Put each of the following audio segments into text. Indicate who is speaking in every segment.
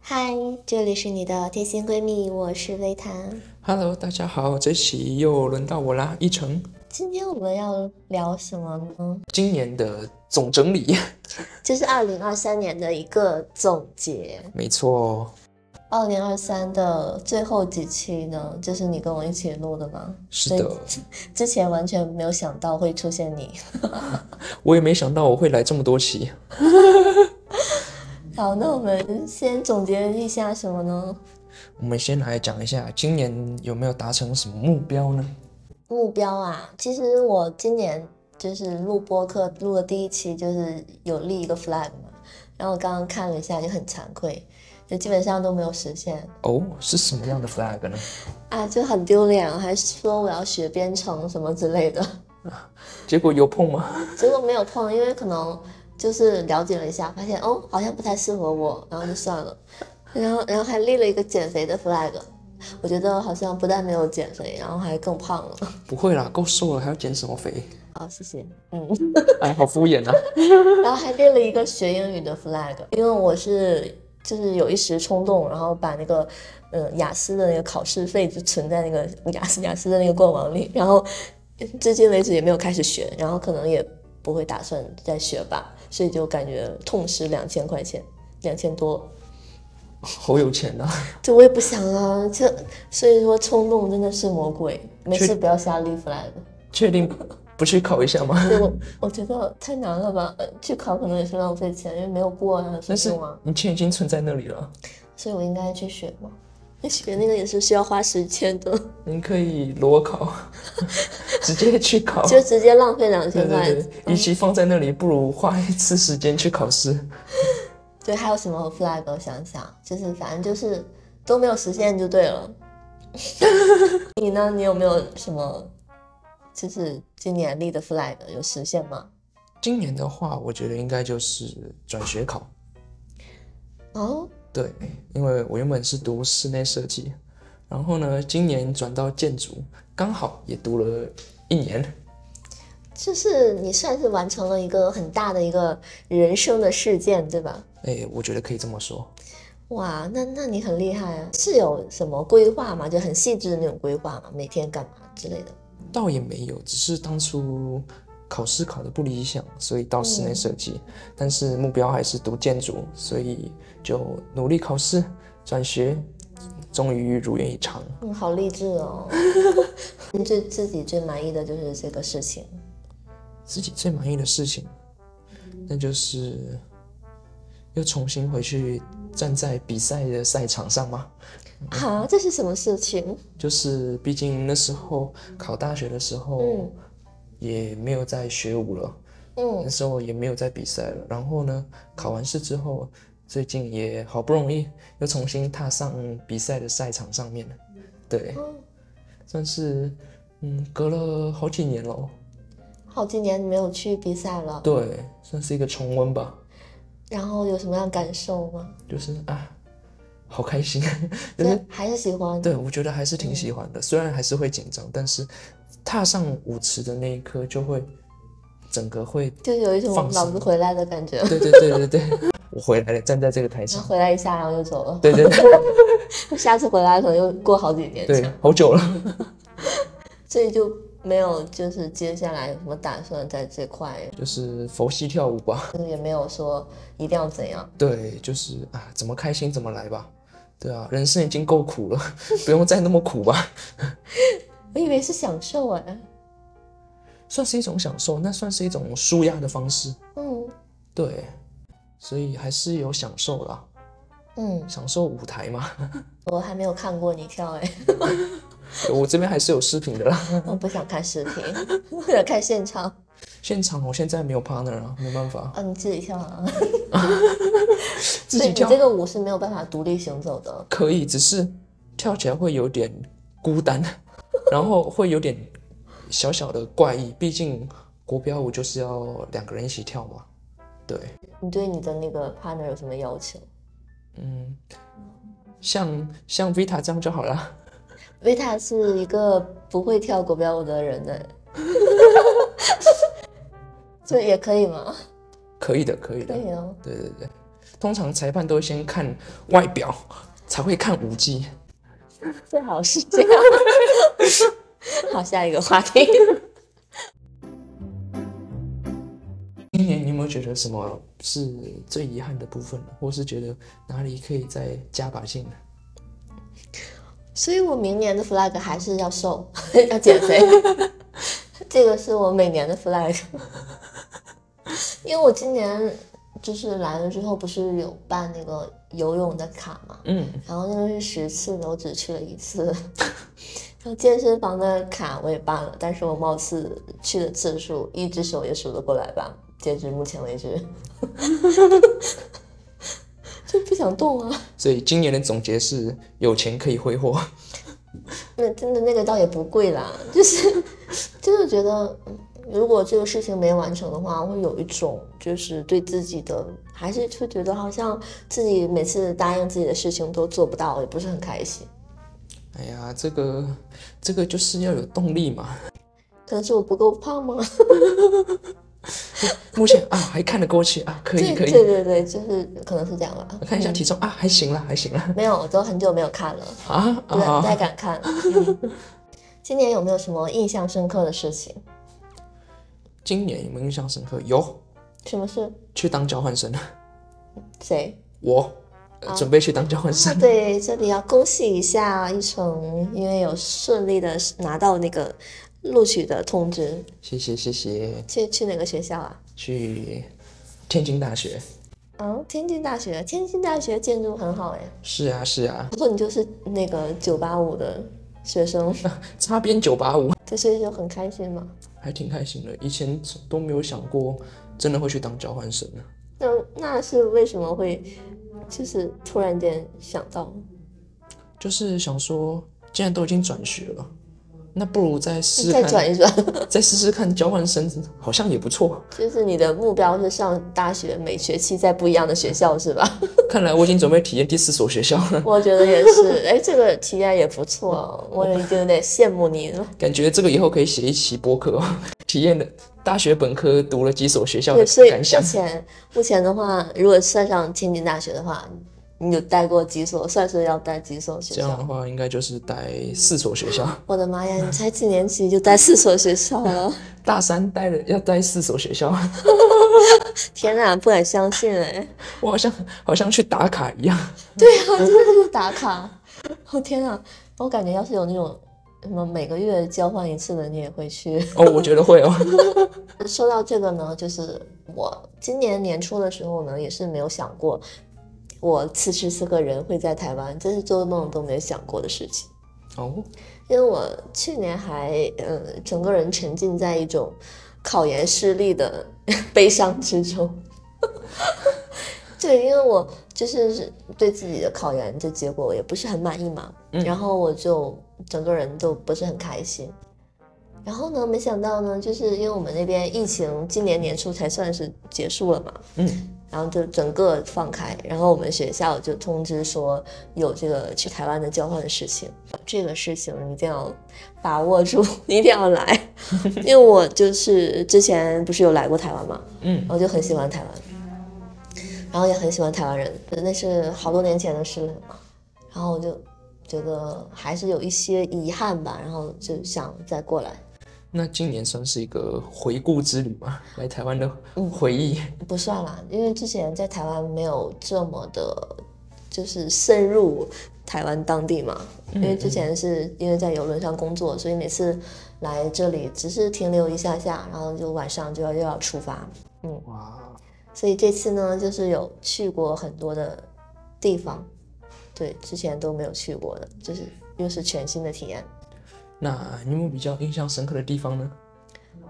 Speaker 1: 嗨，这里是你的贴心闺蜜，我是微谈。
Speaker 2: Hello，大家好，这期又轮到我啦，一成。
Speaker 1: 今天我们要聊什么呢？
Speaker 2: 今年的总整理，
Speaker 1: 这是二零二三年的一个总结。
Speaker 2: 没错，
Speaker 1: 二零二三的最后几期呢，就是你跟我一起录的吗？
Speaker 2: 是的，
Speaker 1: 之前完全没有想到会出现你。
Speaker 2: 我也没想到我会来这么多期。
Speaker 1: 好，那我们先总结一下什么呢？
Speaker 2: 我们先来讲一下今年有没有达成什么目标呢？
Speaker 1: 目标啊，其实我今年就是录播客录的第一期，就是有立一个 flag 嘛，然后我刚刚看了一下，就很惭愧，就基本上都没有实现
Speaker 2: 哦，是什么样的 flag 呢？
Speaker 1: 啊，就很丢脸，我还说我要学编程什么之类的，
Speaker 2: 结果有碰吗？
Speaker 1: 结果没有碰，因为可能就是了解了一下，发现哦好像不太适合我，然后就算了，然后然后还立了一个减肥的 flag，我觉得好像不但没有减肥，然后还更胖了。
Speaker 2: 不会啦，够瘦了，还要减什么肥？
Speaker 1: 好，谢谢，嗯。
Speaker 2: 哎，好敷衍啊！
Speaker 1: 然后还列了一个学英语的 flag，因为我是就是有一时冲动，然后把那个嗯、雅思的那个考试费就存在那个雅思雅思的那个官网里，然后至今为止也没有开始学，然后可能也不会打算再学吧，所以就感觉痛失两千块钱，两千多，
Speaker 2: 好有钱啊！
Speaker 1: 这我也不想啊，这所以说冲动真的是魔鬼，没
Speaker 2: 确
Speaker 1: 事不要瞎立 flag。
Speaker 2: 确定不去考一下吗？
Speaker 1: 对我，我觉得太难了吧？呃去考可能也是浪费钱，因为没有过啊，有什
Speaker 2: 但是
Speaker 1: 么用啊？
Speaker 2: 你钱已经存在那里了，
Speaker 1: 所以我应该去学吗？那学那个也是需要花时间的，
Speaker 2: 你可以裸考， 直接去 考。
Speaker 1: 就直接浪费两
Speaker 2: 对
Speaker 1: 千块。
Speaker 2: 对对，与其放在那里，不如花一次时间去考试。
Speaker 1: 对还有什么 flag？我想想，就是反正就是都没有实现就对了。 你呢？你有没有什么就是今年立的 flag 有实现吗？
Speaker 2: 今年的话，我觉得应该就是转学考。
Speaker 1: 哦，
Speaker 2: 对，因为我原本是读室内设计，然后呢，今年转到建筑，刚好也读了一年。
Speaker 1: 就是你算是完成了一个很大的一个人生的事件，对吧？
Speaker 2: 哎，我觉得可以这么说。
Speaker 1: 哇，那那你很厉害啊！是有什么规划吗？就很细致的那种规划吗？每天干嘛之类的？
Speaker 2: 倒也没有，只是当初考试考得不理想，所以到室内设计，但是目标还是读建筑，所以就努力考试、转学，终于如愿以偿。
Speaker 1: 嗯，好励志哦！ 你最自己最满意的就是这个事情，
Speaker 2: 自己最满意的事情，
Speaker 1: 嗯
Speaker 2: 那就是又重新回去站在比赛的赛场上嘛。嗯
Speaker 1: 啊，这是什么事情？
Speaker 2: 就是毕竟那时候考大学的时候
Speaker 1: 嗯，
Speaker 2: 也没有在学舞了，
Speaker 1: 嗯
Speaker 2: 那时候也没有在比赛了。然后呢，考完试之后，最近也好不容易又重新踏上比赛的赛场上面了。对，
Speaker 1: 哦，
Speaker 2: 算是嗯，隔了好几年
Speaker 1: 哦
Speaker 2: 了。
Speaker 1: 好，今年没有去比赛了，
Speaker 2: 对，算是一个重温吧。
Speaker 1: 然后有什么样感受吗？
Speaker 2: 就是啊，好开心， 就
Speaker 1: 那
Speaker 2: 是
Speaker 1: 还是喜欢，
Speaker 2: 嗯对我觉得还是挺喜欢的，虽然还是会紧张，但是踏上舞池的那一刻就会整个会，
Speaker 1: 就有一种
Speaker 2: 放
Speaker 1: 老
Speaker 2: 松
Speaker 1: 子回来的感觉。
Speaker 2: 对对对对对， 我回来了，站在这个台
Speaker 1: 然后
Speaker 2: 上，
Speaker 1: 回来一下，然后就走了。
Speaker 2: 对对对
Speaker 1: 下次回来可能又过好几年这
Speaker 2: 对
Speaker 1: 样，，
Speaker 2: 好久了，
Speaker 1: 所以就没有就是接下来有什么打算在这块，
Speaker 2: 就是佛系跳舞吧，
Speaker 1: 就是也没有说一定要怎样。
Speaker 2: 对，就是啊，怎么开心怎么来吧。对啊，人生已经够苦了，不用再那么苦吧，
Speaker 1: 我以为是享受哎，
Speaker 2: 算是一种享受，那算是一种舒压的方式，
Speaker 1: 嗯
Speaker 2: 对，所以还是有享受啦，
Speaker 1: 嗯，
Speaker 2: 享受舞台嘛。
Speaker 1: 我还没有看过你跳哎。
Speaker 2: 我这边还是有视频的啦。
Speaker 1: 我不想看视频， 我想看现场。
Speaker 2: 现场我现在没有 partner 啊，没办法，
Speaker 1: 啊，你自己跳啊，
Speaker 2: 自
Speaker 1: 所以
Speaker 2: 己
Speaker 1: 你
Speaker 2: 跳
Speaker 1: 这个舞是没有办法独立行走的。
Speaker 2: 可以，只是跳起来会有点孤单，然后会有点小小的怪异。毕竟国标舞就是要两个人一起跳嘛。对，
Speaker 1: 你对你的那个 partner 有什么要求？
Speaker 2: 嗯，像像 Vita 这样就好了。
Speaker 1: 维塔是一个不会跳国标舞的人呢， 这也可以吗？
Speaker 2: 可以的，可以
Speaker 1: 可
Speaker 2: 的。
Speaker 1: 以哦。
Speaker 2: 对对对，通常裁判都会先看外表，才会看舞技。
Speaker 1: 最好是这样。 好，下一个话题。
Speaker 2: 今年你有没有觉得什么是最遗憾的部分呢？或是觉得哪里可以再加把劲呢？
Speaker 1: 所以我明年的 flag 还是要瘦， 要减肥。 这个是我每年的 flag，因为我今年就是来了之后，不是有办那个游泳的卡嘛，
Speaker 2: 嗯，
Speaker 1: 然后那个是十次的，我只去了一次。 然后健身房的卡我也办了，但是我貌似去的次数一只手也数得过来吧，截至目前为止， 就不想动啊。
Speaker 2: 所以今年的总结是有钱可以挥霍。
Speaker 1: 那真的那个倒也不贵啦，就是就是觉得，嗯如果这个事情没完成的话，会有一种就是对自己的，还是会觉得好像自己每次答应自己的事情都做不到，也不是很开心。
Speaker 2: 哎呀，这个这个就是要有动力嘛。
Speaker 1: 可能是我不够胖吗？
Speaker 2: 目前啊还看得过去啊，可以
Speaker 1: 对
Speaker 2: 可以。
Speaker 1: 对对对，就是可能是这样吧。
Speaker 2: 我看一下体重啊，还行了还行了
Speaker 1: 没有，我都很久没有看了，
Speaker 2: 啊
Speaker 1: 不敢
Speaker 2: 啊！
Speaker 1: 不太敢看了。 嗯今年有没有什么印象深刻的事情？
Speaker 2: 今年有没有印象深刻？有，
Speaker 1: 什么事？
Speaker 2: 去当交换生，
Speaker 1: 谁？
Speaker 2: 我、呃准备去当交换
Speaker 1: 啊
Speaker 2: 生，
Speaker 1: 对，这里要恭喜一下啊一成，因为有顺利的拿到那个录取的通知。
Speaker 2: 谢谢谢谢。
Speaker 1: 去去哪个学校啊？
Speaker 2: 去天津大学，
Speaker 1: 嗯，天津大学，天津大学建筑很好哎。
Speaker 2: 是啊是啊，
Speaker 1: 不过你就是那个九八五的学生，
Speaker 2: 擦边九八五，
Speaker 1: 对，所以就很开心嘛。
Speaker 2: 还挺开心的。以前都没有想过真的会去当交换生啊呢。
Speaker 1: 那那是为什么会就是突然间想到？
Speaker 2: 就是想说，既然都已经转学了，那不如再试试
Speaker 1: 再
Speaker 2: 看，
Speaker 1: 转一转，
Speaker 2: 再试试看交换生，好像也不错。
Speaker 1: 就是你的目标是上大学，每学期在不一样的学校是吧？
Speaker 2: 看来我已经准备体验第四所学校了，
Speaker 1: 我觉得也 是，哎，这个体验也不错，我已经有点羡慕你了。
Speaker 2: 感觉这个以后可以写一期播客哦， 体验的大学本科读了几所学校的
Speaker 1: 对，所以
Speaker 2: 感想
Speaker 1: 目。前目前的话，如果算上天津大学的话，你有待过几所？算是要待几所学
Speaker 2: 这样
Speaker 1: 校？
Speaker 2: 的话，应该就是待四所学校，
Speaker 1: 我的妈呀！你才几年级就待四所学校了？
Speaker 2: 大三待了要待四所学校。
Speaker 1: 天哪，不敢相信哎！
Speaker 2: 我好像好像去打卡一样，
Speaker 1: 对啊，真的就是打卡。我、天哪，我感觉要是有那种什么每个月交换一次的，你也会去。
Speaker 2: 哦，我觉得会哦。
Speaker 1: 说到这个呢，就是我今年年初的时候呢，也是没有想过，我此时此刻人会在台湾，这是做梦都没有想过的事情。
Speaker 2: 哦，
Speaker 1: 因为我去年还呃，整个人沉浸在一种考研失利的悲伤之中。 对，因为我就是对自己的考研这结果我也不是很满意嘛，然后我就整个人都不是很开心。然后呢，没想到呢，就是因为我们那边疫情今年年初才算是结束了嘛，
Speaker 2: 嗯，
Speaker 1: 然后就整个放开，然后我们学校就通知说有这个去台湾的交换的事情，这个事情一定要把握住， 一定要来，因为我就是之前不是有来过台湾嘛，
Speaker 2: 嗯，
Speaker 1: 我就很喜欢台湾，然后也很喜欢台湾人，那是好多年前的事了嘛，然后我就觉得还是有一些遗憾吧，然后就想再过来，
Speaker 2: 那今年算是一个回顾之旅嘛，来台湾的回忆。
Speaker 1: 不算啦，因为之前在台湾没有这么的，就是深入台湾当地嘛。因为之前是因为在游轮上工作，所以每次来这里只是停留一下下，然后就晚上就要又要出发。
Speaker 2: 哇，
Speaker 1: 所以这次呢，就是有去过很多的地方，对，之前都没有去过的，就是又是全新的体验。
Speaker 2: 那你有没有比较印象深刻的地方呢？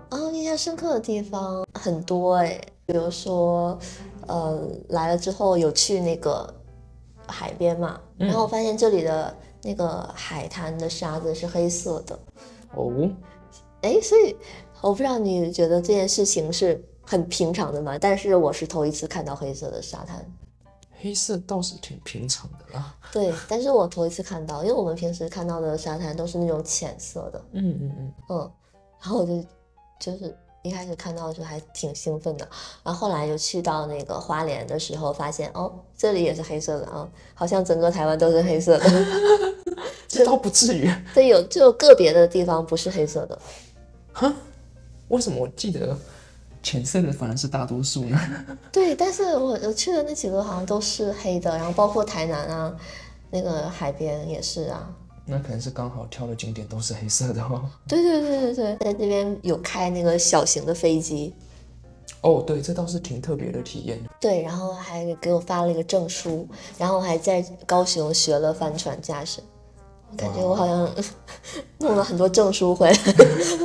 Speaker 1: 啊、印象深刻的地方很多哎、比如说，呃，来了之后有去那个海边嘛，然后我发现这里的那个海滩的沙子是黑色的，
Speaker 2: 哦，
Speaker 1: 哎，所以我不知道你觉得这件事情是很平常的吗？但是我是头一次看到黑色的沙滩，
Speaker 2: 黑色倒是挺平常的啦。
Speaker 1: 对，但是我头一次看到，因为我们平时看到的沙滩都是那种浅色的，
Speaker 2: 嗯嗯嗯，
Speaker 1: 嗯，然后我就就是一开始看到的时候还挺兴奋的，然后后来又去到那个花莲的时候，发现哦，这里也是黑色的啊，好像整个台湾都是黑色的。
Speaker 2: 这倒不至于。
Speaker 1: 对，有就有个别的地方不是黑色的，
Speaker 2: 哈，为什么我记得浅色的反而是大多数 呢？
Speaker 1: 对，但是我我去的那几个好像都是黑的，然后包括台南啊，那个海边也是啊。
Speaker 2: 那可能是刚好挑的景点都是黑色的哦。
Speaker 1: 对对对对对，在那边有开那个小型的飞机，
Speaker 2: 哦，对，这倒是挺特别的体验。
Speaker 1: 对，然后还给我发了一个证书，然后还在高雄学了帆船驾驶，感觉我好像 弄了很多证书回来。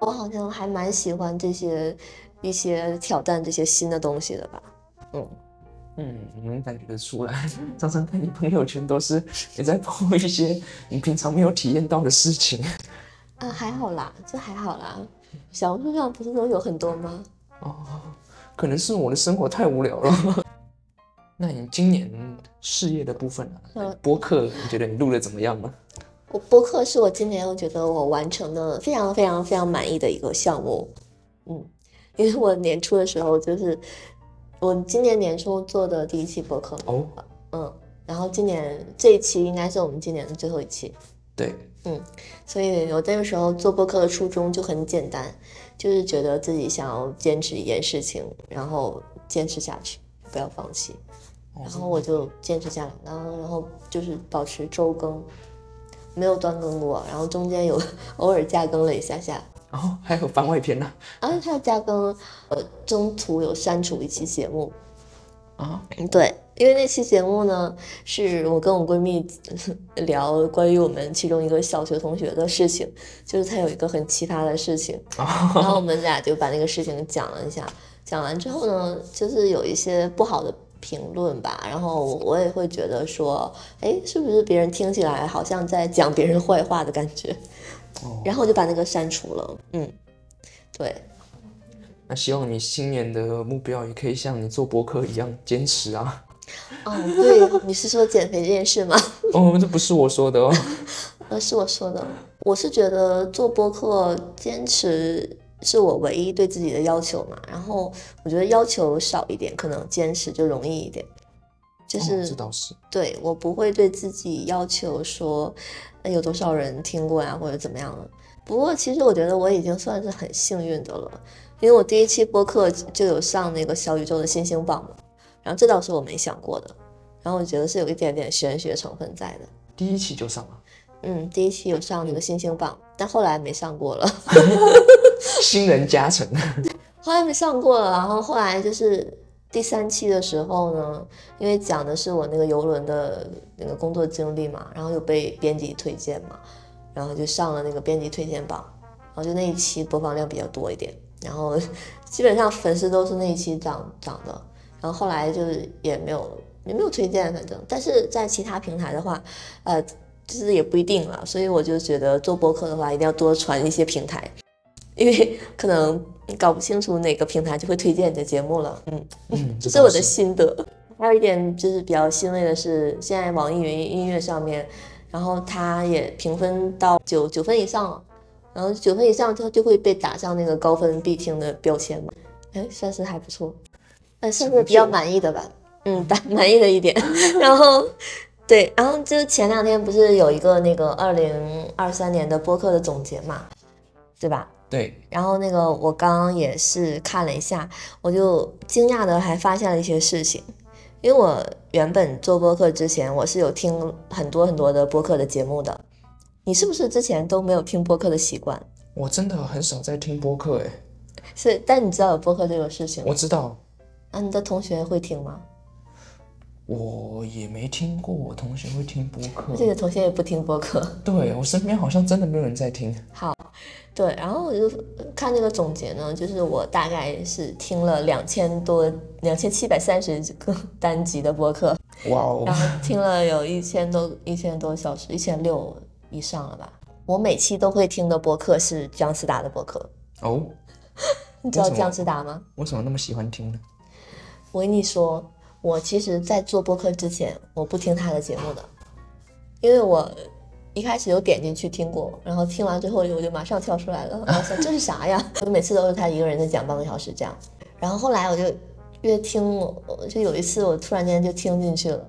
Speaker 1: 我好像还蛮喜欢这些一些挑战这些新的东西的吧。嗯，
Speaker 2: 嗯，我能感觉得出来。 常常看你朋友圈都是你在抛一些你平常没有体验到的事情。
Speaker 1: 啊，还好啦，这还好啦。小红书上不是都有很多吗？
Speaker 2: 哦，可能是我的生活太无聊了。 那你今年事业的部分呢、
Speaker 1: 嗯
Speaker 2: 播客你觉得你录的怎么样吗？啊
Speaker 1: 我播客是我今年我觉得我完成的非常非常非常满意的一个项目，嗯，因为我年初的时候就是我今年年初做的第一期播客嘛，
Speaker 2: 哦，
Speaker 1: 嗯，然后今年这一期应该是我们今年的最后一期，
Speaker 2: 对，
Speaker 1: 所以我那个时候做播客的初衷就很简单，就是觉得自己想要坚持一件事情，然后坚持下去，不要放弃。
Speaker 2: 哦
Speaker 1: 然后我就坚持下来，然后然后就是保持周更，没有断更过，然后中间有偶尔加更了一下下，
Speaker 2: 然后、哦还有番外篇啊呢
Speaker 1: 然后还有加更，呃，中途有删除一期节目，
Speaker 2: 啊，
Speaker 1: 嗯对，因为那期节目呢，是我跟我闺蜜 聊关于我们其中一个小学同学的事情，就是她有一个很奇葩的事情，然后我们俩就把那个事情讲了一下。讲完之后呢，就是有一些不好的评论吧，然后我也会觉得说，哎，是不是别人听起来好像在讲别人坏话的感觉？
Speaker 2: 哦
Speaker 1: 然后我就把那个删除了。嗯，对，
Speaker 2: 那希望你新年的目标也可以像你做博客一样坚持啊！
Speaker 1: 哦，对，你是说减肥这件事吗？
Speaker 2: 哦，这不是我说的哦，
Speaker 1: 呃，是我说的，我是觉得做播客坚持是我唯一对自己的要求嘛。然后我觉得要求少一点，可能坚持就容易一点。就
Speaker 2: 哦
Speaker 1: 是、
Speaker 2: 这倒是，
Speaker 1: 对我不会对自己要求说、呃有多少人听过呀，或者怎么样了。不过其实我觉得我已经算是很幸运的了，因为我第一期播客就有上那个小宇宙的新星榜嘛。然后这倒是我没想过的，然后我觉得是有一点点玄学成分在的。
Speaker 2: 第一期就上了，
Speaker 1: 嗯，第一期有上那个星星榜，但后来没上过了，
Speaker 2: 新人加成，
Speaker 1: 后来没上过了。然后后来就是第三期的时候呢，因为讲的是我那个游轮的那个工作经历嘛，然后又被编辑推荐嘛，然后就上了那个编辑推荐榜，然后就那一期播放量比较多一点，然后基本上粉丝都是那一期涨涨的，然后后来就是也没有也没有推荐，反正但是在其他平台的话，呃，就是也不一定了，所以我就觉得做播客的话一定要多传一些平台，因为 可能搞不清楚哪个平台就会推荐你的节目了， 嗯。
Speaker 2: 嗯，
Speaker 1: 这是
Speaker 2: 这
Speaker 1: 我
Speaker 2: 倒
Speaker 1: 的心得。还有一点就是比较欣慰的是，现在网易云音乐上面，然后它也评分到九九分以上了，然后九分以上它就会被打上那个高分必听的标签嘛，哎，算是还不错，呃，算是比较满意的吧，嗯， 满满意的一点。然后对，然后就前两天不是有一个那个二零二三年的播客的总结嘛，对吧？
Speaker 2: 对，
Speaker 1: 然后那个我刚刚也是看了一下，我就惊讶的还发现了一些事情，因为我原本做播客之前，我是有听很多很多的播客的节目的。你是不是之前都没有听播客的习惯？
Speaker 2: 我真的很少在听播客哎，
Speaker 1: 是，但你知道有播客这个事情吗？
Speaker 2: 我知道，
Speaker 1: 啊，你的同学会听吗？
Speaker 2: 我也没听过，我同学会听播客，
Speaker 1: 这个同学也不听播客。
Speaker 2: 对我身边好像真的没有人在听，
Speaker 1: 好，对，然后我就呃看这个总结呢，就是我大概是听了两千多、两千七百三十个 单集的播客，
Speaker 2: 哇哦
Speaker 1: 然，后听了有一千多、一千多小时，一千六以上了吧。我每期都会听的播客是姜思达的播客，
Speaker 2: 哦，
Speaker 1: 你知道
Speaker 2: 为什么
Speaker 1: 姜思达吗？
Speaker 2: 为什么那么喜欢听呢？
Speaker 1: 我跟你说，我其实，在做播客之前，我不听他的节目的，因为我一开始有点进去听过，然后听完之后我就马上跳出来了，然后想这是啥呀？ 我每次都是他一个人在讲半个小时这样，然后后来我就越听，我就有一次我突然间就听进去了，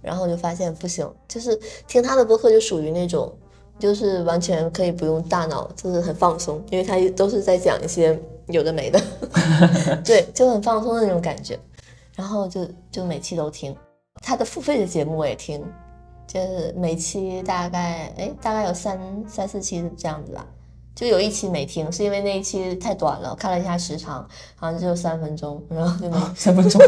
Speaker 1: 然后我就发现不行，就是听他的播客就属于那种。就是完全可以不用大脑，就是很放松，因为他都是在讲一些有的没的，对，就很放松的那种感觉。然后就就每期都听，他的付费的节目我也听，就是每期大概哎大概有三三四期这样子吧。就有一期没听，是因为那一期太短了，我看了一下时长，好像只有三分钟，然后就没、
Speaker 2: 三分钟，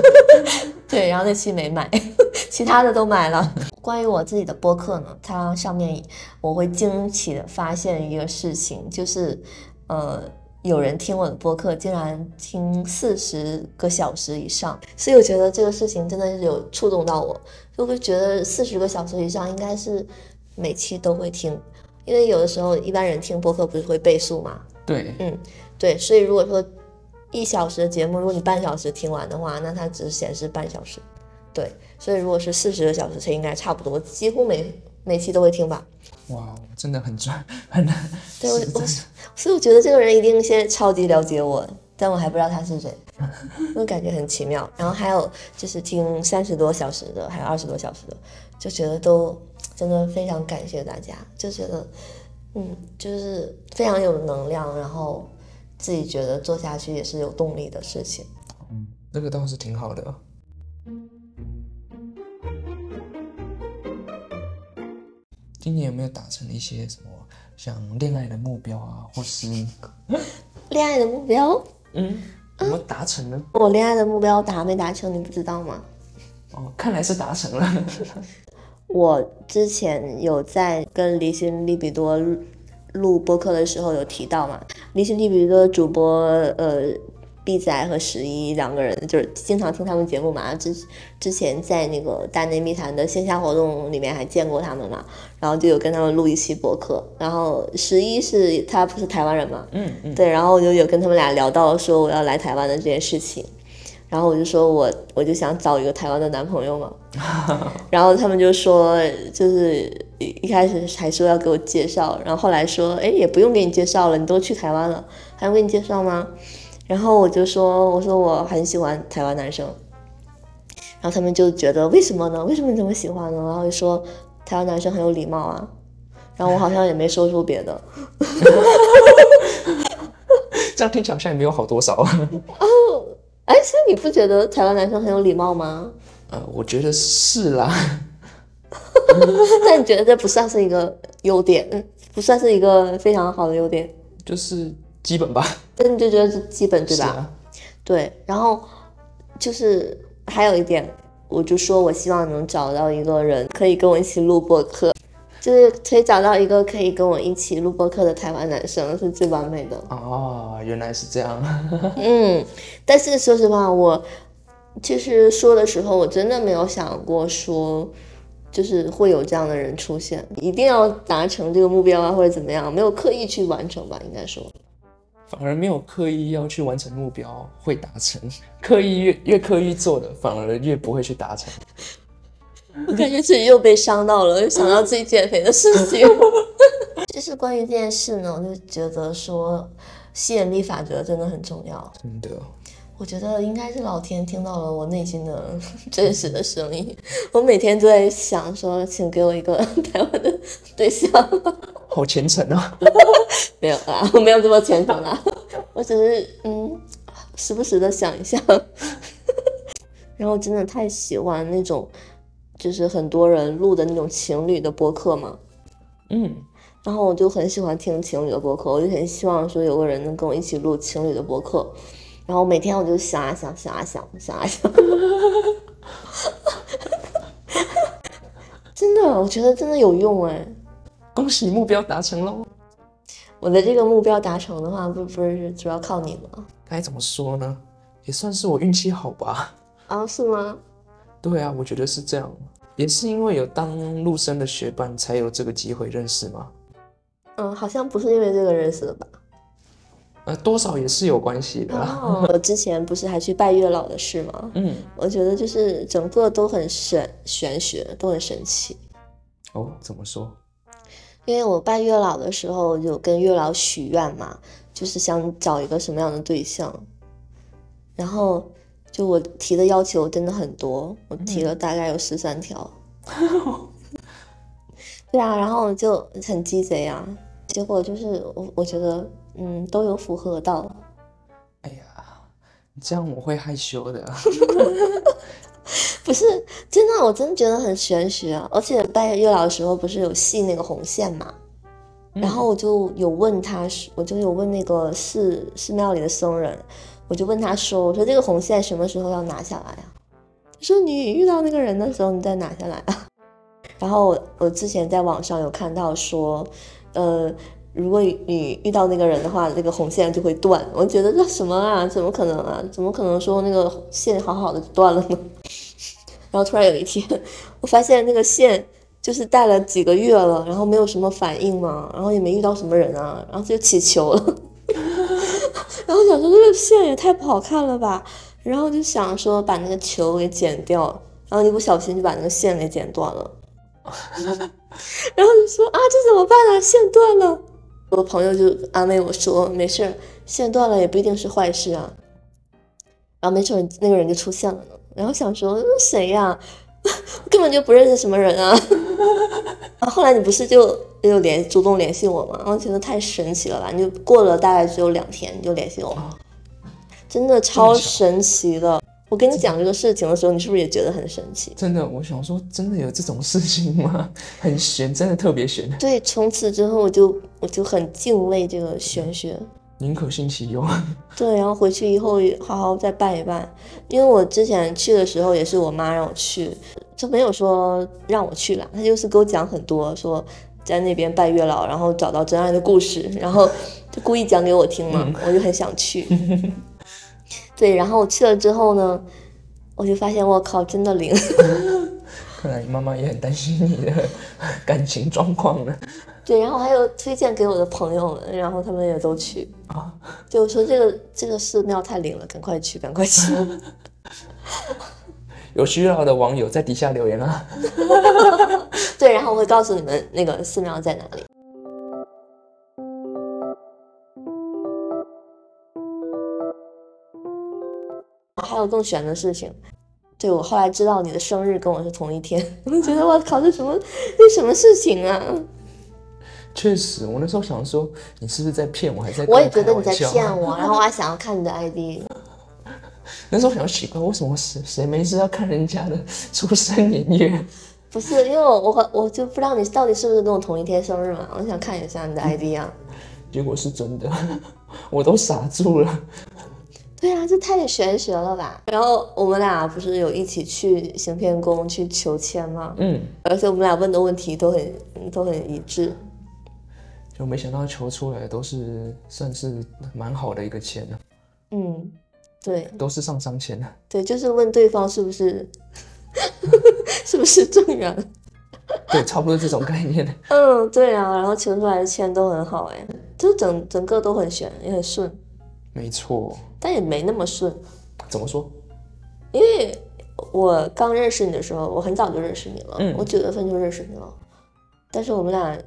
Speaker 1: 对，然后那期没买， 其他的都买了。关于我自己的播客呢，它上面我会惊奇的发现一个事情，就是呃，有人听我的播客竟然听四十个小时以上，所以我觉得这个事情真的是有触动到我，就会觉得四十个小时以上应该是每期都会听，因为有的时候一般人听播客不是会倍速嘛，
Speaker 2: 对，
Speaker 1: 对，所以如果说一小时的节目，如果你半小时听完的话，那它只显示半小时。对，所以如果是四十个小时，它应该差不多，几乎每每期都会听吧。
Speaker 2: 哇，哦真的很赚， 很难，
Speaker 1: 对我
Speaker 2: 是
Speaker 1: 我
Speaker 2: 真的
Speaker 1: 所以我觉得这个人一定先超级了解我，但我还不知道他是谁，我感觉很奇妙。然后还有就是听三十多小时的，还有二十多小时的，就觉得都真的非常感谢大家，就觉得嗯，就是非常有能量，然后自己觉得做下去也是有动力的事情。
Speaker 2: 这个倒是挺好的。今年有没有达成一些什么像恋爱的目标啊，或是
Speaker 1: 恋爱的目标，
Speaker 2: 嗯，有没有达成呢？
Speaker 1: 我恋爱的目标达没达成，你不知道吗？
Speaker 2: 哦，看来是达成了。
Speaker 1: 我之前有在跟离心利比多录录播客的时候有提到嘛，离心利比多的主播呃毕仔和十一两个人就是经常听他们节目嘛，之之前在那个大内密谈的线下活动里面还见过他们嘛，然后就有跟他们录一期播客，然后十一是他不是台湾人嘛，
Speaker 2: 嗯嗯，
Speaker 1: 对，然后我就有跟他们俩聊到说我要来台湾的这件事情，然后我就说我我就想找一个台湾的男朋友嘛，然后他们就说就是一一开始还说要给我介绍，然后后来说哎也不用给你介绍了，你都去台湾了，还用给你介绍吗？然后我就说我说我很喜欢台湾男生，然后他们就觉得为什么呢？为什么你这么喜欢呢？然后就说台湾男生很有礼貌啊，然后我好像也没说出别的。
Speaker 2: 这样听起来好像也没有好多少。
Speaker 1: 哎，所以你不觉得台湾男生很有礼貌吗？
Speaker 2: 呃，我觉得是啦。
Speaker 1: 但你觉得这不算是一个优点，嗯，不算是一个非常好的优点，
Speaker 2: 就是基本吧，
Speaker 1: 但你就觉得是基本对
Speaker 2: 是
Speaker 1: 吧？
Speaker 2: 啊，
Speaker 1: 对，然后就是还有一点，我就说我希望能找到一个人可以跟我一起录播客，就是可以找到一个可以跟我一起录播客的台湾男生是最完美的。
Speaker 2: 哦，原来是这样，
Speaker 1: 嗯，但是说实话，我其实说的时候，我真的没有想过说，就是会有这样的人出现，一定要达成这个目标啊，或者怎么样，没有刻意去完成吧，应该说。
Speaker 2: 反而没有刻意要去完成目标会达成， 刻意越越刻意做的，反而越不会去达成。
Speaker 1: 我感觉自己又被伤到了，又想到自己减肥的事情。 就是关于这件事呢，我就觉得说，吸引力法则真的很重要。
Speaker 2: 真的，
Speaker 1: 我觉得应该是老天听到了我内心的 真实的声音。我每天都在想说，请给我一个 台湾的对象。
Speaker 2: 好虔诚哦。
Speaker 1: 没有啊，我没有这么虔诚啦， 我只是嗯，时不时的想一下。 然后真的太喜欢那种，就是很多人录的那种情侣的播客嘛。
Speaker 2: 嗯，
Speaker 1: 然后我就很喜欢听情侣的播客，我就很希望说有个人能跟我一起录情侣的播客。然后每天我就想啊想，想啊想，想啊想， 真的，我觉得真的有用哎。
Speaker 2: 恭喜目标达成喽。
Speaker 1: 我的这个目标达成的话，不不是主要靠你吗？
Speaker 2: 该怎么说呢？也算是我运气好吧。
Speaker 1: 啊，是吗？
Speaker 2: 对啊，我觉得是这样。也是因为有当陆生的学伴，才有这个机会认识嘛。
Speaker 1: 嗯，好像不是因为这个认识的吧？
Speaker 2: 呃，多少也是有关系的啦。
Speaker 1: 哦，我之前不是还去拜月老的事吗？
Speaker 2: 嗯，
Speaker 1: 我觉得就是整个都很玄玄学，都很神奇。
Speaker 2: 哦，怎么说？
Speaker 1: 因为我拜月老的时候有跟月老许愿嘛，就是想找一个什么样的对象，然后就我提的要求真的很多，我提了大概有十三条。对啊，然后就很鸡贼啊，结果就是我我觉得嗯都有符合到，
Speaker 2: 哎呀，这样我会害羞的。
Speaker 1: 不是真的，我真的觉得很玄学啊！而且拜月老的时候不是有系那个红线嘛，
Speaker 2: 嗯
Speaker 1: 然后我就有问他，我就有问那个寺寺庙里的僧人，我就问他说：“我说这个红线什么时候要拿下来啊？”他说：“你遇到那个人的时候，你再拿下来啊。”然后我我之前在网上有看到说，呃，如果你遇到那个人的话，这个红线就会断。我觉得这什么啊？怎么可能啊？怎么可能说那个线好好的就断了呢？ 然后突然有一天，我发现那个线就是戴了几个月了，然后没有什么反应嘛，然后也没遇到什么人啊，然后就起球了。 然后想说这个线也太不好看了吧，然后就想说把那个球给剪掉，然后一不小心就把那个线给剪断了。然后就说啊，这怎么办啊？线断了。我朋友就安慰我说，没事儿，线断了也不一定是坏事啊。然后没准那个人就出现了呢。然后想说，那谁呀、 我根本就不认识什么人啊。 然后后来你不是就有联主动联系我吗？然后觉得太神奇了吧？你就过了大概只有两天，你就联系我了，真的超
Speaker 2: 哦这么巧
Speaker 1: 神奇的。我跟你讲这个事情的时候，你是不是也觉得很神奇？
Speaker 2: 真的，我想说，真的有这种事情吗？ 很悬，真的特别悬，
Speaker 1: 对，从此之后我就我就很敬畏这个玄学。
Speaker 2: 宁可信其有。
Speaker 1: 对，然后回去以后也好好再拜一拜，因为我之前去的时候也是我妈让我去，就没有说让我去啦，她就是给我讲很多说在那边拜月老，然后找到真爱的故事，然后就故意讲给我听嘛，我就很想去。 对，然后我去了之后呢，我就发现我靠，真的灵。
Speaker 2: 看来你妈妈也很担心你的 感情状况呢。
Speaker 1: 对，然后还有推荐给我的朋友们，然后他们也都去
Speaker 2: 啊，
Speaker 1: 就我说这个这个寺庙太灵了，赶快去，赶快去。
Speaker 2: 有需要的网友在底下留言啊。
Speaker 1: 对，然后我会告诉你们那个寺庙在哪里。还有更玄的事情，对我后来知道你的生日跟我是同一天， 我就觉得我靠，这什么这什么事情啊？
Speaker 2: 确实，我那时候想说，你是不是在骗我，还是在跟
Speaker 1: 我也觉
Speaker 2: 开
Speaker 1: 得你在
Speaker 2: 玩笑啊
Speaker 1: 骗我，然后我还想要看你的 ID，
Speaker 2: 那时候想奇怪，为什么谁谁没事要看人家的出生年月？
Speaker 1: 不是，因为我我和我就不知道你到底是不是跟我同一天生日嘛，我想看一下你的 ID 啊。
Speaker 2: 结果是真的， 我都傻住了。
Speaker 1: 对啊，这太玄学了吧！然后我们俩不是有一起去行天宫去求签吗？
Speaker 2: 嗯，
Speaker 1: 而且我们俩问的问题都很都很一致。
Speaker 2: 就没想到求出来都是算是蛮好的一个签啊，
Speaker 1: 嗯，对
Speaker 2: 都是上上签啊。
Speaker 1: 对，就是问对方是不是 是不是正缘。
Speaker 2: 对，差不多这种概念。
Speaker 1: 嗯，对啊，然后求出来的签都很好哎，就整整个都很玄，也很顺，
Speaker 2: 没错，
Speaker 1: 但也没那么顺，
Speaker 2: 怎么说？
Speaker 1: 因为我刚认识你的时候，我很早就认识你了，
Speaker 2: 嗯
Speaker 1: 我九月份就认识你了，但是我们俩，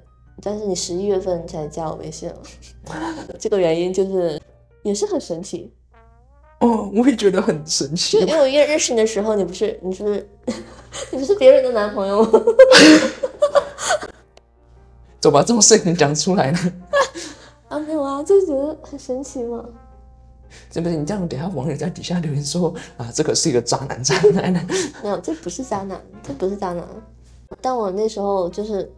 Speaker 1: 但是你十一月份才加我微信了，这个原因就是也是很神奇，
Speaker 2: 哦，我也觉得很神奇
Speaker 1: 就因。为我认认识你的时候，你不是你是 你不是别人的男朋友吗？
Speaker 2: 走吧，这种事情讲出来了，
Speaker 1: 啊，没有啊，就觉得很神奇嘛。
Speaker 2: 对不对？你这样，等一下网友在底下留言说啊，这个是一个渣男，渣男。
Speaker 1: 没有，这不是渣男，这不是渣男。但我那时候就是，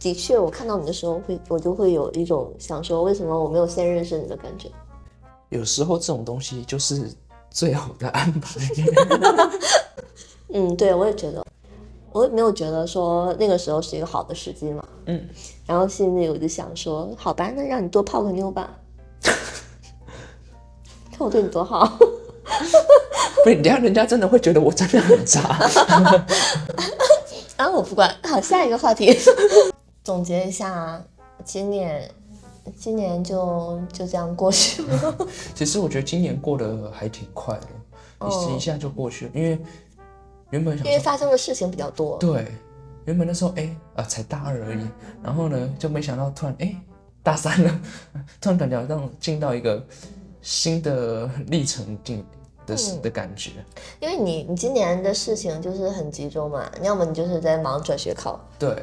Speaker 1: 的确，我看到你的时候会，我就会有一种想说，为什么我没有先认识你的感觉。
Speaker 2: 有时候这种东西就是最好的安排。
Speaker 1: 嗯，对，我也觉得，我也没有觉得说那个时候是一个好的时机嘛。
Speaker 2: 嗯，
Speaker 1: 然后心里我就想说，好吧，那让你多泡个妞吧， 看我对你多好。
Speaker 2: 不然，等一下人家真的会觉得我真的很渣。
Speaker 1: 啊，我不管。好，下一个话题。 总结一下啊，今年，今年就就这样过去了。
Speaker 2: 其实我觉得今年过得还挺快哦的，一时一下就过去了，因为原本想
Speaker 1: 因为
Speaker 2: 说
Speaker 1: 发生的事情比较多。
Speaker 2: 对，原本那时候哎啊、才大二而已，然后呢就没想到突然哎大三了， 突然感觉让进到一个新的历程进的
Speaker 1: 嗯
Speaker 2: 的感觉。
Speaker 1: 因为你你今年的事情就是很集中嘛，要么你就是在忙转学考，
Speaker 2: 对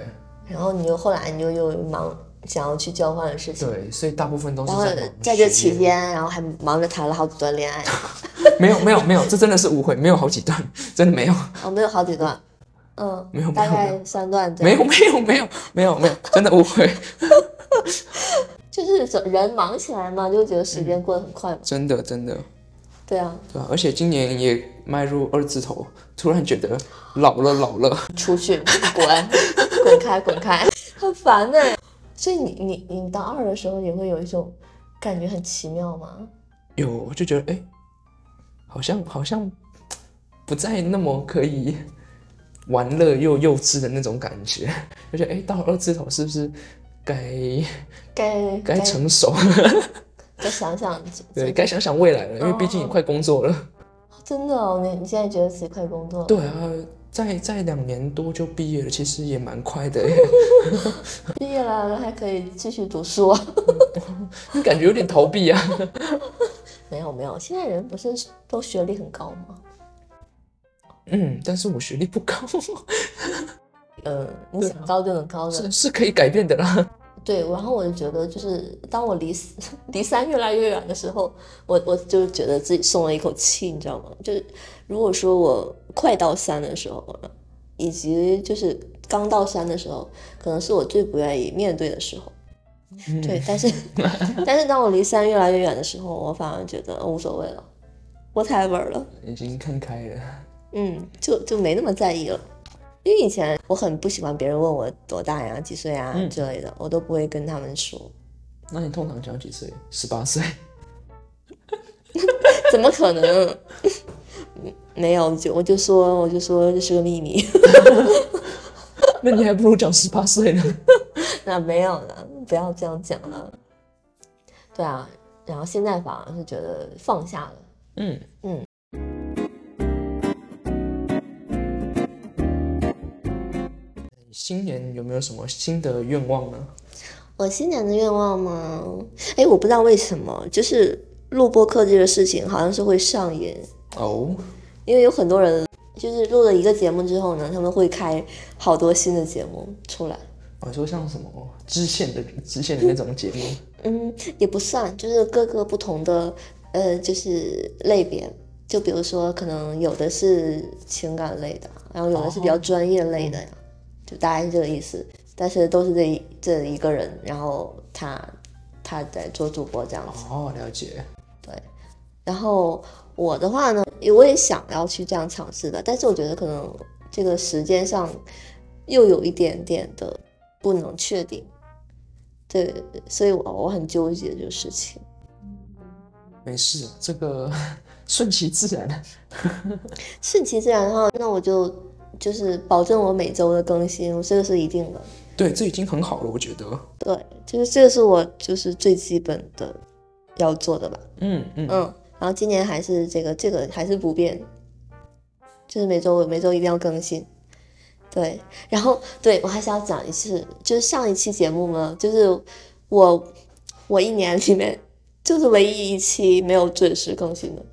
Speaker 1: 然后你又后来你就又忙想要去交换的事情，
Speaker 2: 对，所以大部分都是
Speaker 1: 然后
Speaker 2: 在忙着
Speaker 1: 在这
Speaker 2: 学业
Speaker 1: 期间，然后还忙着谈了好几段恋爱，
Speaker 2: 没有没有没有，这真的是误会，没有好几段， 真的没有
Speaker 1: 哦，没有好几段，嗯，
Speaker 2: 没有没
Speaker 1: 大
Speaker 2: 有
Speaker 1: 概三段这
Speaker 2: 没
Speaker 1: 样。
Speaker 2: 有没有没有没有没有，真的误会，
Speaker 1: 就是总人忙起来嘛，就觉得时
Speaker 2: 嗯
Speaker 1: 间过得很快嘛。
Speaker 2: 真的真的，
Speaker 1: 对啊，
Speaker 2: 对吧、而且今年也迈入二字头，突然觉得老了老了，
Speaker 1: 出去滚，滚开，滚开， 很烦呢、所以你你你到二的时候也会有一种感觉很奇妙吗？
Speaker 2: 有我就觉得哎，好像好像不再那么可以玩乐又幼稚的那种感觉， 就觉得哎，到了二字头是不是该
Speaker 1: 该
Speaker 2: 该成熟了？
Speaker 1: 该想想，
Speaker 2: 对，该想想未来了，因为毕竟也快工作了。
Speaker 1: 真的哦，你你现在觉得自己快工作了？
Speaker 2: 对啊，在在两年多就毕业了，其实也蛮快的耶，
Speaker 1: 毕业了还可以继续读书啊？
Speaker 2: 感觉有点逃避啊。
Speaker 1: 没有没有，现在人不是都学历很高吗？
Speaker 2: 嗯，但是我学历不高，
Speaker 1: 嗯，你想高就能高的
Speaker 2: 是。是可以改变的啦。
Speaker 1: 对，然后我就觉得，就是当我离死离三 越来越远的时候，我我就觉得自己松了一口气，你知道吗？就是如果说我快到三的时候了，以及就是刚到三的时候，可能是我最不愿意面对的时候。
Speaker 2: 嗯
Speaker 1: 对，但是 但是当我离三越来越远的时候，我反而觉得无所谓了，whatever 了。
Speaker 2: 已经看开了，
Speaker 1: 嗯，就就没那么在意了。因为以前我很不喜欢别人问我多大呀、几岁啊
Speaker 2: 嗯
Speaker 1: 之类的，我都不会跟他们说。
Speaker 2: 那你通常讲几岁？十八岁。
Speaker 1: 怎么可能？ 嗯没有，就我就说，我就说这是个秘密。
Speaker 2: 那你还不如讲十八岁呢。
Speaker 1: 那没有了，不要这样讲了。对啊，然后现在反而是觉得放下了。
Speaker 2: 嗯
Speaker 1: 嗯。
Speaker 2: 新年有没有什么新的愿望呢？
Speaker 1: 我新年的愿望吗？哎，我不知道为什么，就是录播课这个事情好像是会上瘾，
Speaker 2: 哦，
Speaker 1: 因为有很多人就是录了一个节目之后呢，他们会开好多新的节目出来。
Speaker 2: 我哦说像什么支线的支线的那种节目，
Speaker 1: 嗯，也不算，就是各个不同的呃，就是类别。就比如说，可能有的是情感类的，然后有的是比较专业类的呀，就大概是这个意思。但是都是这一这一个人，然后他他在做主播这样子。
Speaker 2: 哦，了解。
Speaker 1: 然后我的话呢，我也想要去这样尝试的，但是我觉得可能这个时间上又有一点点的不能确定，对，所以我我很纠结这个事情。
Speaker 2: 没事，这个 顺其自然。
Speaker 1: 顺其自然的话，那我就就是保证我每周的更新，这个是一定的。
Speaker 2: 对，这已经很好了，我觉得。
Speaker 1: 对，就是这个是我就是最基本的要做的吧。
Speaker 2: 嗯嗯
Speaker 1: 嗯，然后今年还是这个这个还是不变，就是每周每周一定要更新。对，然后对我还想讲一次，就是上一期节目呢，就是我我一年里面就是唯一一期没有准时更新的，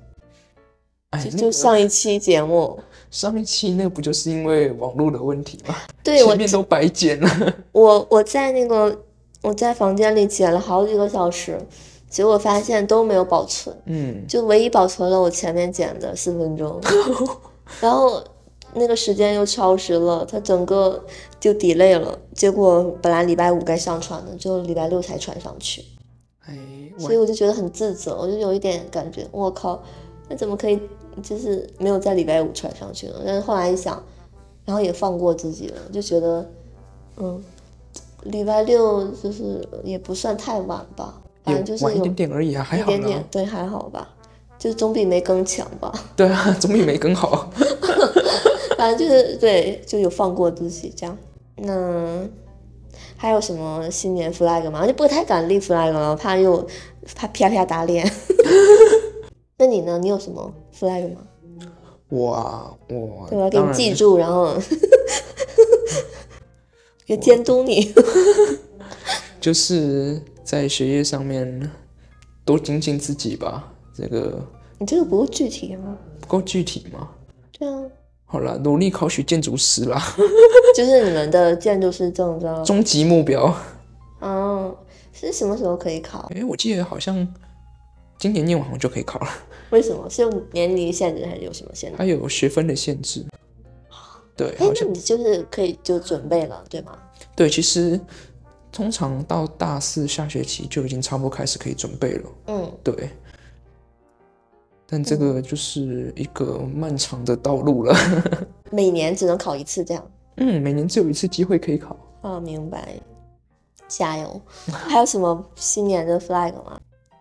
Speaker 2: 哎
Speaker 1: 就，
Speaker 2: 那
Speaker 1: 就
Speaker 2: 个
Speaker 1: 上一期节目。
Speaker 2: 上一期那个不就是因为网络的问题吗？
Speaker 1: 对我
Speaker 2: 前面都白剪了。
Speaker 1: 我我在那个我在房间里剪了好几个小时，结果发现都没有保存，
Speaker 2: 嗯，
Speaker 1: 就唯一保存了我前面剪的四分 钟，然后那个时间又超时了，它整个就 delay 了。结果本来礼拜五该上传的，就礼拜六才传上去，
Speaker 2: 哎，我
Speaker 1: 所以我就觉得很自责，我就有一点感觉，我靠，那怎么可以就是没有在礼拜五传上去呢？但是后来一想，然后也放过自己了，就觉得，嗯，礼拜六就是也不算太晚吧，反正就
Speaker 2: 也晚
Speaker 1: 是
Speaker 2: 一
Speaker 1: 有
Speaker 2: 点点而已啊，还
Speaker 1: 一
Speaker 2: 好
Speaker 1: 点点
Speaker 2: 啦。，
Speaker 1: 对，还好吧，就总比没更强吧。
Speaker 2: 对啊，总比没更好。
Speaker 1: 反正就是对，就有放过自己这样。那还有什么新年 flag 吗？就不太敢立 flag 了，怕又怕啪啪打脸。 那你呢？你有什么 flag 吗？
Speaker 2: 我啊，我
Speaker 1: 对吧？给
Speaker 2: 当
Speaker 1: 你
Speaker 2: 然
Speaker 1: 记住，然后 也监督你。
Speaker 2: 就是在学业上面多精进自己吧。这个
Speaker 1: 你这个不够具体吗？
Speaker 2: 不够具体吗？
Speaker 1: 对啊，
Speaker 2: 好了，努力考取建筑师啦，
Speaker 1: 就是你们的建筑师证照，
Speaker 2: 终极目标。
Speaker 1: 嗯，啊是什么时候可以考？
Speaker 2: 哎，我记得好像今年念完好像就可以考了，
Speaker 1: 为什么是有年龄限制还是有什么限制？
Speaker 2: 它有学分的限制。对，
Speaker 1: 哎
Speaker 2: 好，
Speaker 1: 那
Speaker 2: 像
Speaker 1: 你就是可以就准备了，对吗？
Speaker 2: 对，其实通常到大四下学期就已经差不多开始可以准备了。
Speaker 1: 嗯，
Speaker 2: 对，但这个就是一个漫长的道路了。
Speaker 1: 每年只能考一次这样。
Speaker 2: 嗯，每年只有一次机会可以考。
Speaker 1: 啊，明白，加油！ 还有什么新年的 flag 吗？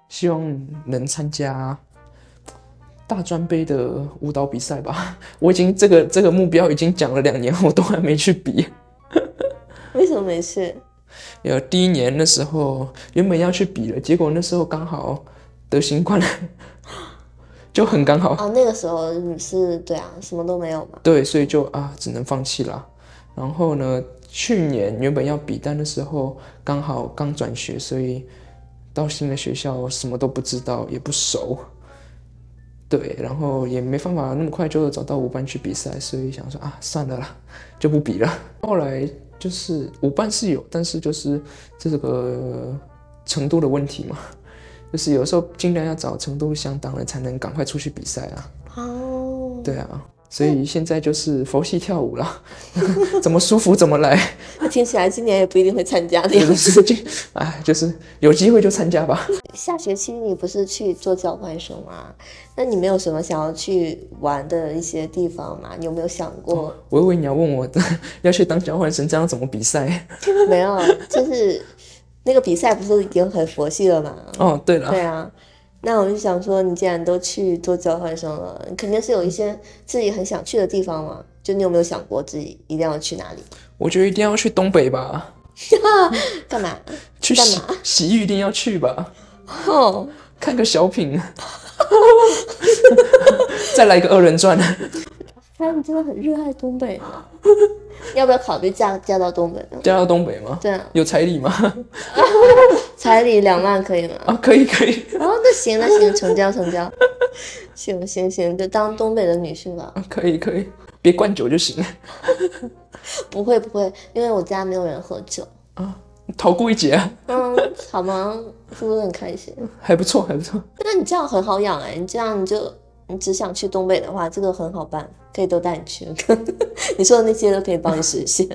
Speaker 2: 希望能参加大专杯的舞蹈比赛吧。 我已经这个这个目标已经讲了两年，我都还没去比。
Speaker 1: 为什么没去？
Speaker 2: 有第一年那时候原本要去比了，结果那时候刚好得新冠了， 就很刚好。
Speaker 1: 啊，那个时候你是对啊，什么都没有嘛。
Speaker 2: 对，所以就啊，只能放弃啦。然后呢，去年原本要比，但那时候刚好刚转学，所以到新的学校什么都不知道，也不熟。对，然后也没办法那么快就找到舞伴去比赛，所以想说啊，算了啦，就不比了。后来就是舞伴是有，但是就是这个程度的问题嘛，就是有时候尽量要找程度相当的，才能赶快出去比赛啊。
Speaker 1: 哦，
Speaker 2: 对啊，所以现在就是佛系跳舞啦， 怎么舒服怎 么来，
Speaker 1: 那听起来今年也不一定会参加的
Speaker 2: 也
Speaker 1: 样
Speaker 2: 不
Speaker 1: 子。
Speaker 2: 是就哎，就是有机会就参 加吧。
Speaker 1: 下学期你不是去做交换生吗？那你们有什么想要去玩的一些地方吗？你有没有想过？
Speaker 2: 我以为你要问我 要去当交换生，这样怎么比赛？
Speaker 1: 没有，就是那个比赛不是已经很佛系了吗？
Speaker 2: 哦，对了，
Speaker 1: 对啊，那我就想说，你既然都去做交换生了，你肯定是有一些自己很想去的地方嘛。就你有没有想过自己一定要去哪里？
Speaker 2: 我觉得一定要去东北吧，
Speaker 1: 干嘛？
Speaker 2: 去
Speaker 1: 干
Speaker 2: 洗
Speaker 1: 嘛
Speaker 2: 洗浴一定要去吧，
Speaker 1: 哦，
Speaker 2: 看个 小品，再来一个二人转。
Speaker 1: 哎，你真的很热爱东北呢。要不要考虑嫁嫁到东北呢？
Speaker 2: 嫁到东北吗？
Speaker 1: 对啊，
Speaker 2: 有彩礼吗？
Speaker 1: 彩礼两万可以吗？
Speaker 2: 啊，可以可以
Speaker 1: 哦，那行那行，成交成交， 行行行，就当东北的女婿吧。
Speaker 2: 啊，可以可以，别灌酒就行
Speaker 1: 不会不会，因为我家没有人喝酒。
Speaker 2: 啊，逃过一劫，啊
Speaker 1: 嗯，好吗？是不是很开心？
Speaker 2: 还不错还不错。
Speaker 1: 那你这样很好养哎、你这样你就你只想去东北的话，这个很好办，可以都带你去。 你说的那些都可以帮你实现。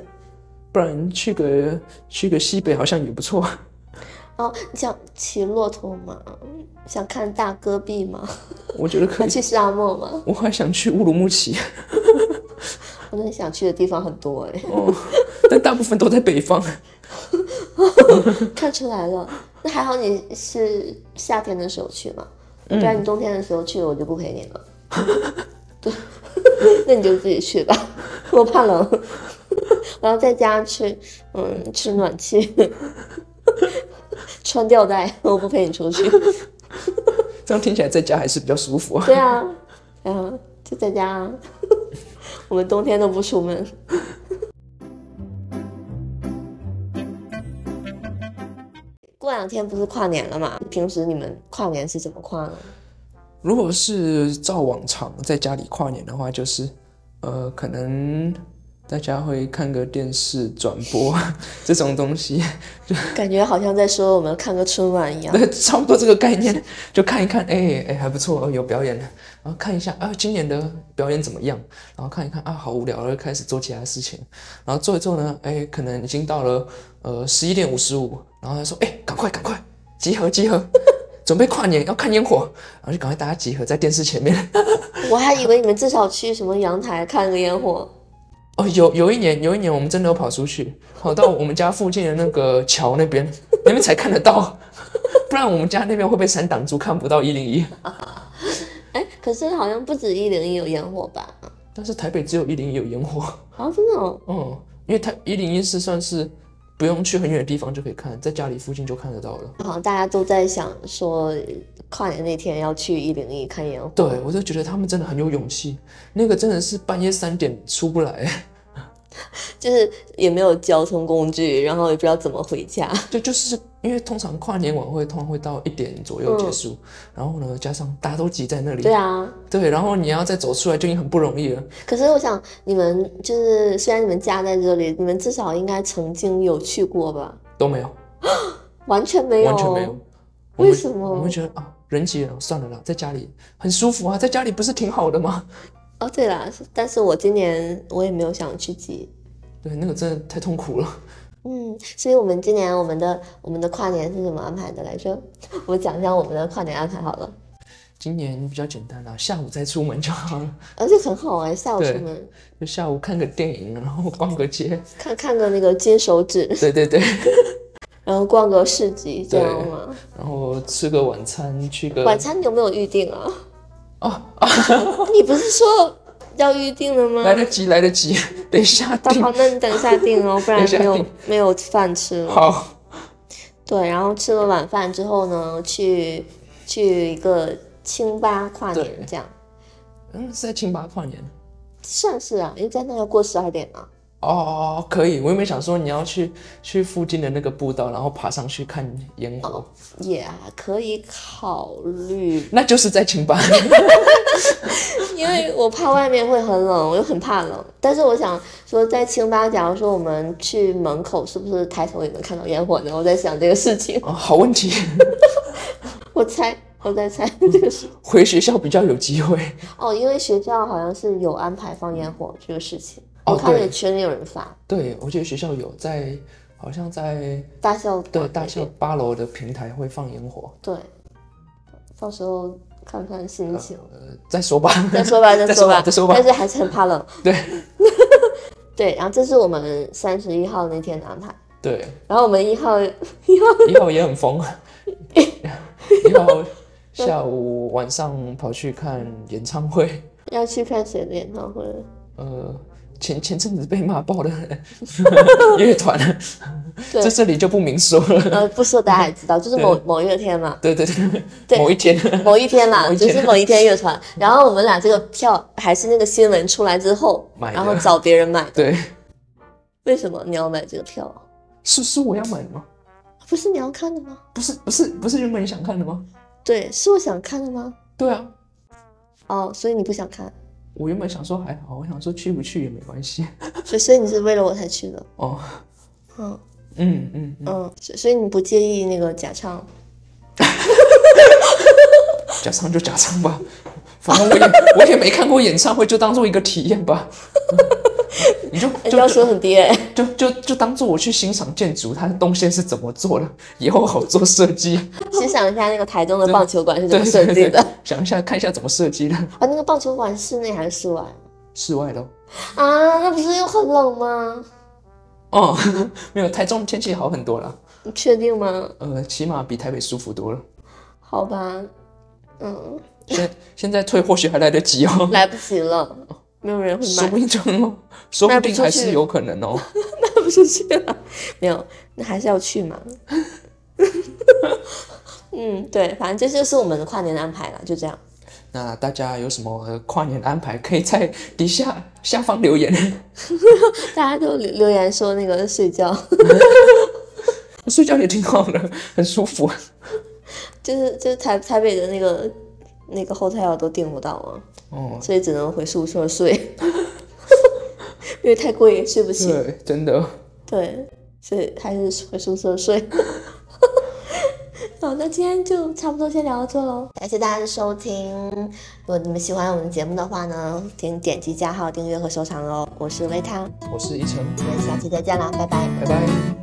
Speaker 2: 不然去个去个西北好像也不错。
Speaker 1: 哦，你想骑骆驼吗？想看大戈壁吗？
Speaker 2: 我觉得可
Speaker 1: 想
Speaker 2: 以。
Speaker 1: 去沙漠吗？
Speaker 2: 我还想去乌鲁木齐，
Speaker 1: 我真的想去的地方很多哎、
Speaker 2: 哦， 但大部分都在北方。
Speaker 1: 看出来了。那还好你是夏天的时候去嘛，不然你冬天的时候去我就不陪你了。对， 那你就自己去吧， 我怕冷， 我要在家去，嗯，吃暖气， 穿吊带，我不陪你出去。
Speaker 2: 这样听起来在家还是比较舒服。
Speaker 1: 对啊，哎呀，就在家、啊， 我们冬天都不出门。 过两天不是跨年了嘛？平时你们跨年是怎么跨呢？
Speaker 2: 如果是照往常在家里跨年的话，就是呃，可能大家会看个电视转播 这种东西，
Speaker 1: 感觉好像在说我们看个春晚一样。
Speaker 2: 对， 差不多这个概念，就看一看，哎、哎、还不错，哦有表演，然后看一下啊今年的表演怎么样，然后看一看啊好无聊，然后开始做其他事情，然后做一做呢，哎、可能已经到了呃十一点五十五，然后他说哎、赶快赶快集合集合，准备跨年要看烟火，然后就赶快大家集合在电视前面。
Speaker 1: 我还以为你们至少去什么阳台看个烟火。
Speaker 2: 哦，有有一年有一年我们真的有跑出去，跑到我们家附近的那个桥那边，那边才看得到， 不然我们家那边会被山挡住，看不到一零一。
Speaker 1: 哎，可是好像不止一零一有烟火吧？
Speaker 2: 但是台北只有一零一有烟火，
Speaker 1: 啊，真的哦，
Speaker 2: 嗯，因为它一零一是算是不用去很远的地方就可以看，在家里附近就看得到了。
Speaker 1: 好像大家都在想说跨年那天要去一零一看烟火。
Speaker 2: 对，我就觉得他们真的很有勇气，那个真的是半夜三点出不来，
Speaker 1: 就是也没有交通工具，然后也不知道怎么回家。
Speaker 2: 对，就是因为通常跨年晚会通常会到一点左右结束，然后呢，加上大家都挤在那里，
Speaker 1: 嗯对啊，
Speaker 2: 对，然后你要再走出来就已经很不容易了。
Speaker 1: 可是我想你们就是虽然你们家在这里，你们至少应该曾经有去过吧？
Speaker 2: 都没有，
Speaker 1: 完全没有，
Speaker 2: 完全没有。我
Speaker 1: 为
Speaker 2: 们
Speaker 1: 什么
Speaker 2: 我们觉得啊，人挤人，算了啦，在家里很舒服啊，在家里不是挺好的吗？
Speaker 1: 哦，对啦，但是我今年我也没有想去挤。
Speaker 2: 对，那个真的太痛苦了。
Speaker 1: 嗯，所以我们今年我们的我们的跨年是怎么安排的来着？ 我讲一下我们的跨年安排好了，
Speaker 2: 今年比较简单啦、下午再出门就好了，
Speaker 1: 而且很好玩，下午出
Speaker 2: 对
Speaker 1: 门
Speaker 2: 就下午看个电影，然后逛个街。
Speaker 1: 看看个那个金手指，
Speaker 2: 对对 对，
Speaker 1: 然后逛个市集，这
Speaker 2: 对
Speaker 1: 样吗？
Speaker 2: 然后吃个晚餐，去个
Speaker 1: 晚餐你有没有预定啊？
Speaker 2: 呃 哦，
Speaker 1: 你不是说要预定的 吗？
Speaker 2: 来得及，来得及，等一下订
Speaker 1: 好，那你等一下订哦，不然
Speaker 2: 等
Speaker 1: 没
Speaker 2: 一下
Speaker 1: 有
Speaker 2: 订
Speaker 1: 没有饭吃了。
Speaker 2: 好，
Speaker 1: 对，然后吃了晚饭之后呢，去去一个清吧跨
Speaker 2: 对
Speaker 1: 年，这样
Speaker 2: 嗯，是在清吧跨年
Speaker 1: 算是啊，因为在那要过十二点嘛。
Speaker 2: 哦，可以。我原本想说你要去去附近的那个步道，然后爬上去看烟火，
Speaker 1: 哦，也、可以考 虑，
Speaker 2: 那就是在清吧。
Speaker 1: 因为我怕外面会很冷，我又很怕冷。但是我想说，在清吧，假如说我们去门口，是不是抬头也能看到烟火呢？我在想这个事情，
Speaker 2: 哦，好问题，
Speaker 1: 我猜，我在猜
Speaker 2: 嗯
Speaker 1: 这个事。
Speaker 2: 回学校比较有机会。
Speaker 1: 哦，因为学校好像是有安排放烟火这个事情，
Speaker 2: 哦
Speaker 1: 我看
Speaker 2: 对
Speaker 1: 有群里有人发
Speaker 2: 对，我记得学校有在，好像在
Speaker 1: 大笑馆
Speaker 2: 对
Speaker 1: 那
Speaker 2: 大校
Speaker 1: 边
Speaker 2: 八楼的平台会放烟火。
Speaker 1: 对，到时候看看心情。
Speaker 2: 呃，再说吧。
Speaker 1: 再说 吧，再
Speaker 2: 再说
Speaker 1: 吧，
Speaker 2: 吧再说吧
Speaker 1: 但是还是很怕冷。
Speaker 2: 对
Speaker 1: 对，然后这是我们三十一号那天的安排。
Speaker 2: 对，
Speaker 1: 然后我们一号
Speaker 2: 一号也很疯， 一号下午晚上跑去看演唱会。
Speaker 1: 要去看谁的演唱会？
Speaker 2: 呃，前前阵子被骂爆的乐团，
Speaker 1: 对
Speaker 2: 在这里就不明说了。
Speaker 1: 呃，不说大家也知道，就是某某乐天嘛，
Speaker 2: 对对对，
Speaker 1: 对
Speaker 2: 某一天，
Speaker 1: 某一天啦，
Speaker 2: 某一
Speaker 1: 就
Speaker 2: 天
Speaker 1: 是某一天乐团。然后我们俩这个票还是那个新闻出来之后，
Speaker 2: 买的
Speaker 1: 然后找别人买。
Speaker 2: 对，
Speaker 1: 为什么你要买这个票？
Speaker 2: 是是我要买的吗？
Speaker 1: 不是你要看的吗？
Speaker 2: 不是不是不是原本你想看的吗？
Speaker 1: 对，是我想看的吗？
Speaker 2: 对啊，
Speaker 1: 哦，所以你不想看，
Speaker 2: 我原本想说还好，我想说去不去也没关系。
Speaker 1: 所以所以你是为了我才去的。
Speaker 2: 哦，
Speaker 1: 嗯
Speaker 2: 嗯嗯嗯，
Speaker 1: 嗯，所以所以你不介意那个假唱？
Speaker 2: 假唱就假唱吧，反正我也我也没看过演唱会，就当做一个体验吧。 你就
Speaker 1: 哎
Speaker 2: 就
Speaker 1: 要求很低哎、
Speaker 2: 就就就当做我去欣赏建筑，它的动线是怎么做的，以后好做设计。
Speaker 1: 欣赏一下那个台中的棒球馆是怎么
Speaker 2: 对
Speaker 1: 设计
Speaker 2: 对
Speaker 1: 的
Speaker 2: 对。想一下看一下怎么设计的。
Speaker 1: 啊，那个棒球馆室内还是室外？
Speaker 2: 室外的
Speaker 1: 啊，那不是又很冷吗？
Speaker 2: 哦， 哦没有，台中天气好很多了，
Speaker 1: 你确定吗？
Speaker 2: 呃，起码比台北舒服多了。
Speaker 1: 好吧，嗯，
Speaker 2: 现现在退或许还来得及哦，
Speaker 1: 来不及了，没有人会
Speaker 2: 说
Speaker 1: 买，
Speaker 2: 不定就哦，说
Speaker 1: 卖
Speaker 2: 不
Speaker 1: 不
Speaker 2: 定
Speaker 1: 出
Speaker 2: 还
Speaker 1: 去
Speaker 2: 是有可 能哦。
Speaker 1: 卖不出去了。没有，那还是要去嘛。嗯，对，反正这就是我们的跨年的安排了，就这样。
Speaker 2: 那大家有什么呃跨年安排，可以在底下下方留言。
Speaker 1: 大家都留留言说那个睡觉，
Speaker 2: 睡觉也挺好的，很舒服。
Speaker 1: 就是就是台台北的那个那个 hotel 都订不到啊。
Speaker 2: 哦，
Speaker 1: 所以只能回宿舍睡， 因为太贵睡不起。
Speaker 2: 对，真的。
Speaker 1: 对，所以还是回宿舍睡。 好，那今天就差不多先聊到这喽，感谢大家的收听。如果你们喜欢我们节目的话呢，请点击加号、订阅和收藏哦。我是维他，
Speaker 2: 我是一成，
Speaker 1: 我们下期再见啦，拜拜。
Speaker 2: 拜拜。